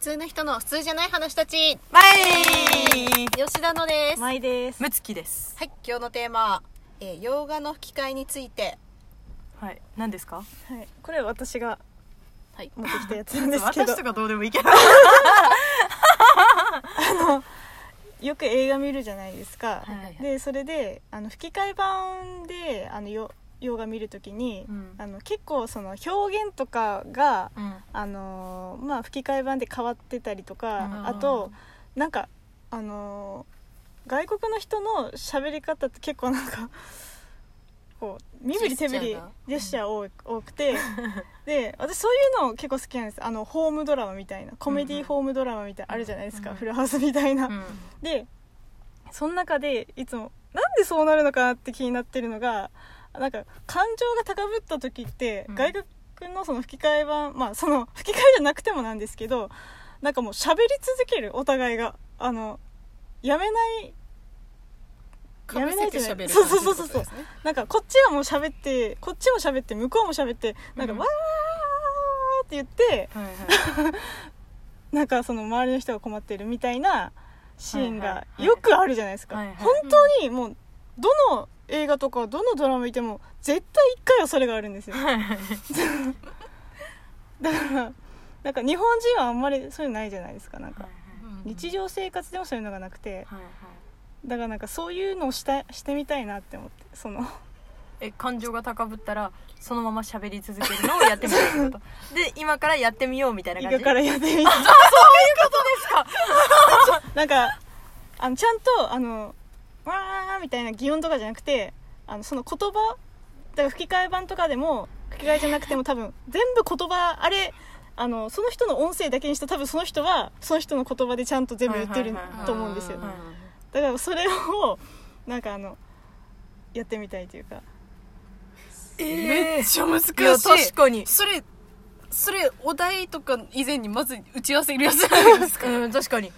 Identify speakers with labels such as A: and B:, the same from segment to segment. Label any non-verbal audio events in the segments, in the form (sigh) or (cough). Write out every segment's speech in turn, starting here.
A: 通な人の普通じゃない話たち
B: バ
A: 吉田のです、
C: マイです。
B: ムツキです。
A: はい今日のテーマ、えー洋画の吹き替えについて
B: はい。何ですか
C: はい、これ私が
A: はい
C: 持ってきたやつなんですけど
B: (laughs) 私と、かどうでもいいけど。は
C: よく映画見るじゃないですか。
B: いはいはい
C: で、それであの吹き替え版であのよ洋画見るときに、
B: うん
C: あの結構その表現とかが
B: うん。
C: あのーまあ吹き替え版で変わってたりとか、
B: うん
C: あとなんかあのー外国の人の喋り方って結構なんか (laughs) こう身振り手振
A: ジェスチャ
C: り
A: ーが
C: ジェスチャー多い多く
A: (laughs)
C: てで私そういうの結構好きなんですあのホームドラマみたいなコメディーホームドラマみたいなあるじゃないですか、
B: うん
C: フルハウスみたいな、
B: うん。
C: でその中でいつもなんでそうなるのかなって気になってるのがなんか感情が高ぶった時って、
B: うん
C: 外国のその吹き替え版まあその (laughs) 吹き替えじゃなくてもなんですけどなんかもう喋り続けるお互いがあのやめない
A: かぶせて喋る
C: そうそうそうそう
A: 感じってことですね
C: なんかこっちはもう喋ってこっちも喋って向こうも喋ってなんか
B: うん
C: わーって言って、
B: はいはい。
C: なんかその周りの人が困ってるみたいなシーン
B: はいは
C: が
B: いはい
C: よくあるじゃないですか、
B: はいはい
C: 本当にもうどの映画とかどのドラマ見ても絶対一回はそれがあるんですよ
B: はいはい
C: だからなんか日本人はあんまりそういうのないじゃないですかなんか
A: うん
C: 日常生活でもそういうのがなくて
B: はいはい。
C: だからなんかそういうのをしたしてみたいなって思ってその
B: え、感情が高ぶったら、そのまま喋り続けるのをやってみるってこと。で、今からやってみようみたいな
C: 映
B: 感じ。
C: 画からやってみてなんかあのちゃんとあの「わー」みたいな擬音とかじゃなくてあのその言葉だから吹き替え版とかでも吹き替えじゃなくても多分全部言葉あれあのその人の音声だけにして多分その人はその人の言葉でちゃんと全部言ってる
B: はいはいはいはい
C: と思うんですよ
B: はい
C: だからそれをなんかあのやってみたいというか
A: めっちゃ難しい
B: いや、確かに。
A: それそれお題とか以前にまず打ち合わせいるやつじゃないですか
B: うん、確かに。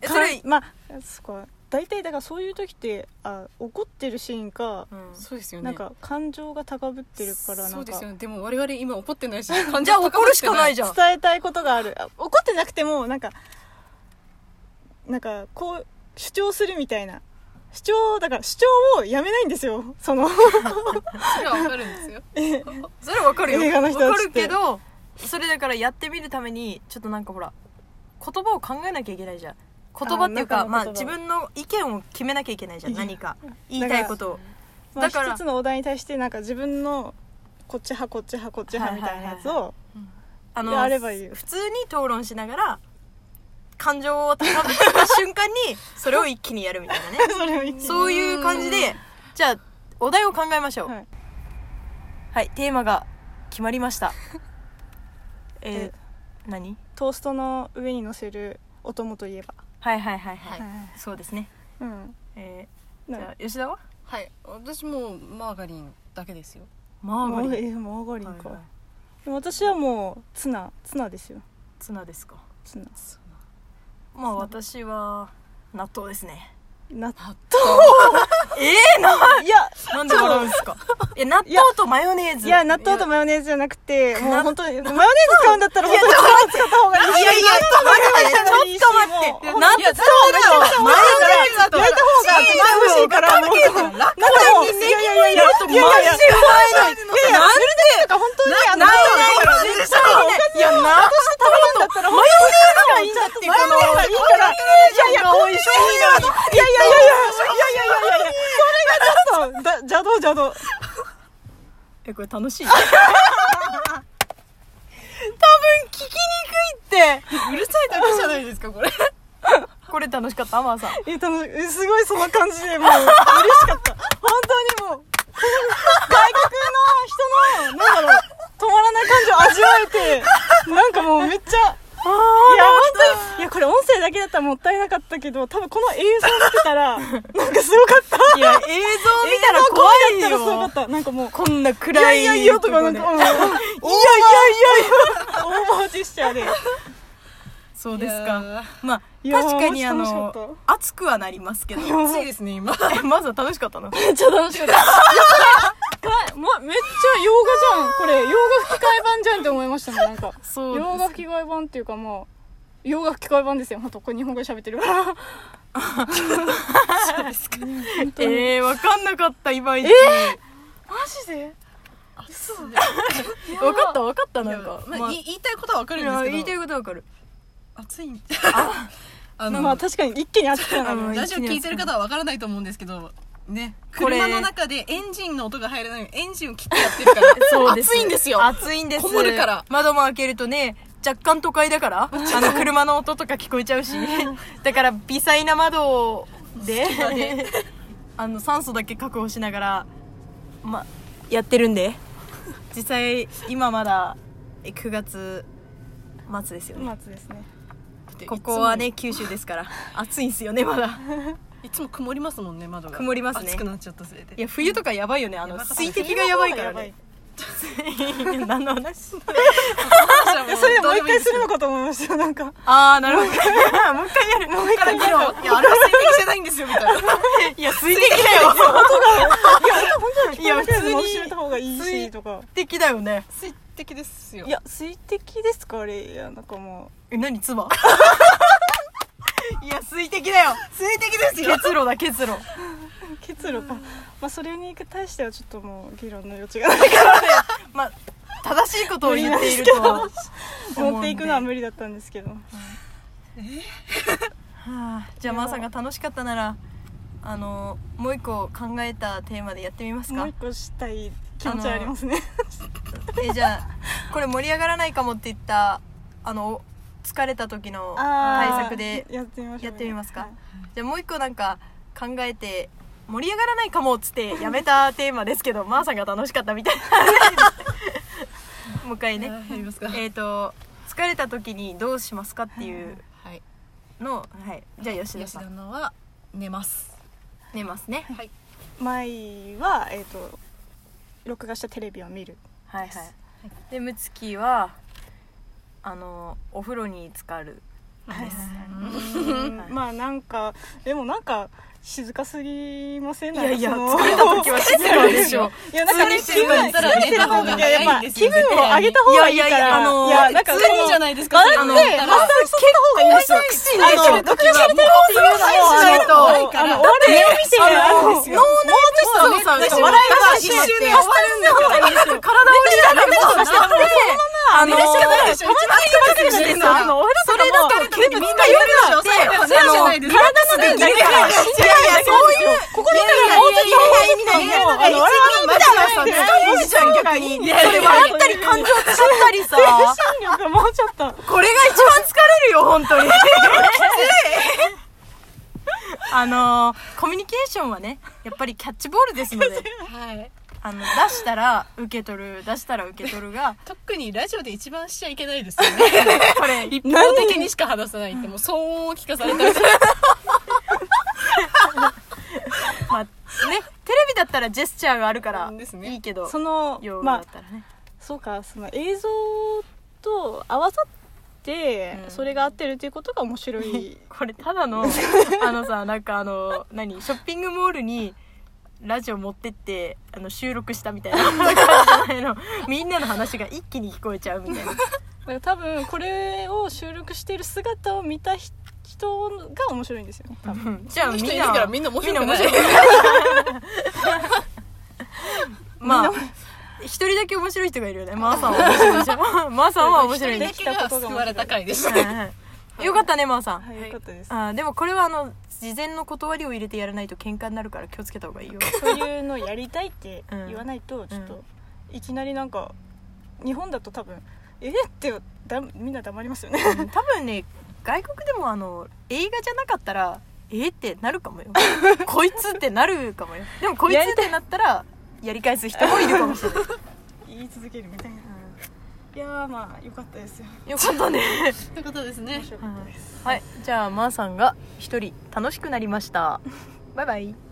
B: えそれ、
C: まあそこは大体だからそういう時ってあ怒ってるシーンか
B: うん
A: そうですよね
C: なんか感情が高ぶってるからなんか
A: そうですよねでも我々今怒ってないし
B: じゃあ怒るしかないじゃん。
C: 伝えたいことがあるあ怒ってなくてもなんかなんかこう主張するみたいな主張だから主張をやめないんですよその
A: それはわかるんですよ
B: それわかるよ
C: 映画の人たちっ
B: わか
C: て
B: るけどそれだからやってみるためにちょっとなんかほら言葉を考えなきゃいけないじゃん言葉っていうか
C: あ中の言葉
B: まあ自分の意見を決めなきゃいけないじゃん
C: いや
B: 何か言いたいことを
C: まあ
B: (laughs) だから
C: 一つのお題に対してなんか自分のこっち派こっち派こっち派みたいなやつ
B: はい
C: を (laughs)
B: あ
C: いやあればいいよ
B: 普通に討論しながら感情を高ぶった瞬間
C: (laughs)
B: にそれを一気にやるみたいなね
C: それを言って
B: そういう感じでじゃあお題を考えましょう
C: はい
B: はいテーマが決まりました
C: (laughs)
B: え
C: え
B: ー何
C: トーストの上に乗せるお供といえば、
B: はいはいはいはい
A: はい
B: そうですね
C: うん
B: えー
C: なん
B: じゃ
C: か
B: あ吉田は
A: はい私もうマーガリンだけですよ
B: マー
C: マー
B: ガ
C: ガ
B: リン
C: リンマーガリンか、
B: はいはい
C: でも私はもうツナツナですよ
B: ツナですか
C: ツナ
B: まあ私は納豆ですね
C: 納
B: ええな (laughs)
C: 豆いや
B: なんで笑うんですかいや納豆とマヨネーズ
C: いや、納豆とマヨネーズじゃなくて、もう本当に、マヨネーズ使うんだったら、本当に使った方がい
B: い
C: い。
B: やいや
C: いやい
B: ちょ
C: や
B: っと待ってちょっと待って
C: もう
B: 納豆だよマヨネーズ
C: 焼いた方が美味しいから、もう。なんかもう、いやいやいやいや、
B: とマジうまいのなんで
C: とか本当に、あの、
B: 納豆だから絶対いや納豆食べるんだったらマヨネーズがいいんだってこの
C: マヨネーズがいいか
B: い
C: ら
B: やいや美味しいのに
C: いやいやいやいやいやいやいやいやいや、それがちょっと、だ邪道邪道。
B: えこれ楽しい (laughs) 多分聞きにくいって
C: (laughs)
A: うるさいだけじゃないですかこれ
B: これ楽しかったアマーさん
C: え、楽しい、すごいその感じで、もう、嬉しかった。本当にもう、外国の人の、なんだろう、止まらない感じを味わえて、なんかもうめっちゃ、
B: あ
C: いや、本当に。いや、これ音声だけだったらもったいなかったけど、多分この映像見てたら、なんかすごかった。
B: いや映像見たら怖い
C: 映像だったらすごか
B: よ
C: った。なんかもう、
B: こんない暗
C: や
B: い
C: いやいやとか、なん
B: と
C: か、
B: こ
C: う
B: で
C: (laughs) ん、いやいやいやいや、オーバージェスチャーで。
B: そうです
A: い
B: か
A: や
B: まあ
C: いやー
B: 確かにあ
C: 楽しかった
B: の熱くはなりますけど (laughs)
C: や
A: 暑いですね今
B: えまずは楽しかったの
C: めっちゃ楽しかった。やばいま、めっちゃ洋画じゃん。これ、洋画吹き替え版じゃんって思いましたもん、なんか。
B: そう
C: 洋画吹き替え版っていうか、まあ、洋楽機械版ですよ本当これ日本語で喋ってるから
B: えー、わかんなかった、いまいち。
C: マジで嘘
B: わかった、わかった、なんか。
A: まあ、い言いたいことはわか
B: い
A: るんです
B: や
A: けど
B: 言いたいことはわかる。
A: 暑いんあの、
C: まあ確かに一気に熱くな
B: あの
C: る
A: ラジオ聞いてる方はわからないと思うんですけどね
B: これ
A: 車の中でエンジンの音が入らないようにエンジンを切ってやってるから暑いんですよ
B: 暑いんです。
A: こもるから
B: 窓も開けるとね、若干都会だ (laughs) から、あの、車の音とか聞こえちゃう (laughs) し。だから、微細な窓で、 (laughs) あの、酸素だけ確保しながら、ま、やってるんで。実際、今まだ、え9月末ですよね。
C: 待つですね
B: ここはね、九州ですから、暑いんすよね、ま (laughs) だ。
A: いつも曇りますもんね窓が
B: 曇りますね
A: 暑くなっちゃったせいで
B: いや、冬とかやばいよね、あの、
A: やばかった
B: 水滴がやばいからね。何の話
A: いや
C: それでもう一回するのかと思いましたなんか
B: (laughs) ああ、なるほど。 (laughs) もう一回やる。もう一
A: から見
B: 回
A: ろいやあれは水滴じゃないんですよみたいない
B: や、水滴だよ。
C: い
B: いや
C: や
B: 普
C: 普
B: 通
C: 通
B: に
C: に教えた方がいいしとか
B: 水滴だよね。
A: 水滴ですよ
C: いや水滴ですかあれいやなんかも
B: え、何、唾 (laughs) いや、水滴だよ。
A: 水滴ですよ
B: 結露だ、結露。
C: う結露かまあそれに対してはちょっともう議論の余地がないか
B: まあ、正しいことを言っている
C: 無理な
B: と
C: んで。ら持っていくのは無理だったんですけど
B: はあじゃあ、まーさんが楽しかったなら、あの、もう一個考えたテーマでやってみます
C: もう
B: か
C: 一個したい気持ちはありますね
B: え、じゃあ、これ盛り上がらないかもって言った、あの、疲れた時の
C: (laughs)
B: 対
C: あー
B: 策で
C: やってみましょう
B: やってみますか
C: はい
B: じゃあもう一個なんか考えて盛り上がらないかもっつってやめたテーマですけどまーさんが楽しかったみたいなもう一回
A: ね
B: ね
A: やりますか
B: えっ、と疲れた時にどうしますかっていう
A: はい
B: のをはいじゃあ吉田
A: 吉
B: さ
A: 田
B: ん
A: のは寝ます
B: 寝ますね
A: はい
C: 舞はえっと録画したテレビを見る
B: はいはいでムツキはあのお風呂に浸かるですはい
C: まあなんかでもなんか静かすぎません
B: いやいや
C: なんかその
B: 疲れた時は静かでしょ
C: (laughs) いやなんかね
A: 疲
C: 気
A: れてる
C: 分
A: んだったら
C: 疲れてる方が
A: 寝た方が
C: やっぱ
A: 早いんです
C: 気
A: よ
C: 分を上げた方がいいから
B: いやいやいやあの
C: なん
A: 疲
C: か
A: れるじゃないですか
C: その
A: そ
C: 学
A: れ
C: ん
A: だっ
C: で
A: た
C: 学
A: ら
C: んでそった方がいいですよ
B: セクシーでしょ
C: あの読書してる方がいいし
A: 怖いから私
B: あの脳内のさ
C: ないとあの俺を見てあの脳内
B: 笑い
A: も
B: が一
A: 私も
B: 瞬で終
A: 一
B: わ
A: 瞬
B: るんだから体を乱してたんであの
A: ないでしょ一番疲れてるんですよ
B: あの、お風呂とかも全部みんな
A: 夜
B: 夜だ
A: だっ
B: っ
A: てて、
B: あ
A: そ
B: の、
A: うじゃないですか
B: 体の出来が、いやいや、そういう、ここでから
C: 本当に
B: 意味ないい
C: やいや
B: よ。あの、笑いみたいなさ、疲れるじゃん、逆に。
C: いやいや
B: それ笑ったり、感情使ったりさ、
C: 精神力がもうちょっと
B: これが一番疲れるよ、本当に。きつい。 (laughs) あの、コミュニケーションはね、やっぱりキャッチボールですの (laughs) で、
A: はい
B: あの、出したら受け取る、出したら受け取る (laughs) が、
A: 特にラジオで一番しちゃいけないですよね
B: これ、
A: 一方的にしか話さないってもう騒音を聞かされたりする
B: まあ、ね、テレビだったらジェスチャーがあるから
A: です、ね
B: いいけど、
C: その
B: 用語
C: ま
B: だ
C: あ
B: ったらね。
C: そうかその映像と合わさって
B: うん
C: それが合ってるということが面白い
B: これただの
A: (laughs)
B: あのさなんかあの何ショッピングモールにラジオ持ってってあの収録したみたいな
A: (laughs)
B: あのみんなの話が一気に聞こえちゃうみたいな
C: だから多分これを収録している姿を見た人が面白いんですよね多分
B: じゃあ
A: この
B: み
A: 人
B: ん
A: いるから
B: な
A: みんな面白くない
B: みんな面白くないまあ一人だけ面白い人がいるよねマーさんは面白いでしょマーさんは面白い
A: だ
B: ね
A: けが救われた回でした
B: はいはいよかったねマーさん
C: はい、よかったです
B: あーでもこれはあの事前の断りを入れてやらないと喧嘩になるから気をつけた方がいいよ
C: そういうのやりたいって
B: うん
C: 言わないとちょっ
B: う
C: といきなりなんか日本だと多分えっってだみんな黙りますよね (laughs)
B: うん多分ね外国でもあの映画じゃなかったらえーってなるか
A: (laughs)
B: もよこいつってなるかもよでもこいつってなったらやり返す人もいるかもしれない、
C: 言い続けるみたいないやーまあよかったですよ
B: よかったね
A: ということですね
C: 面白かったです
B: はいじゃあまー、さんが一人楽しくなりましたバイバイ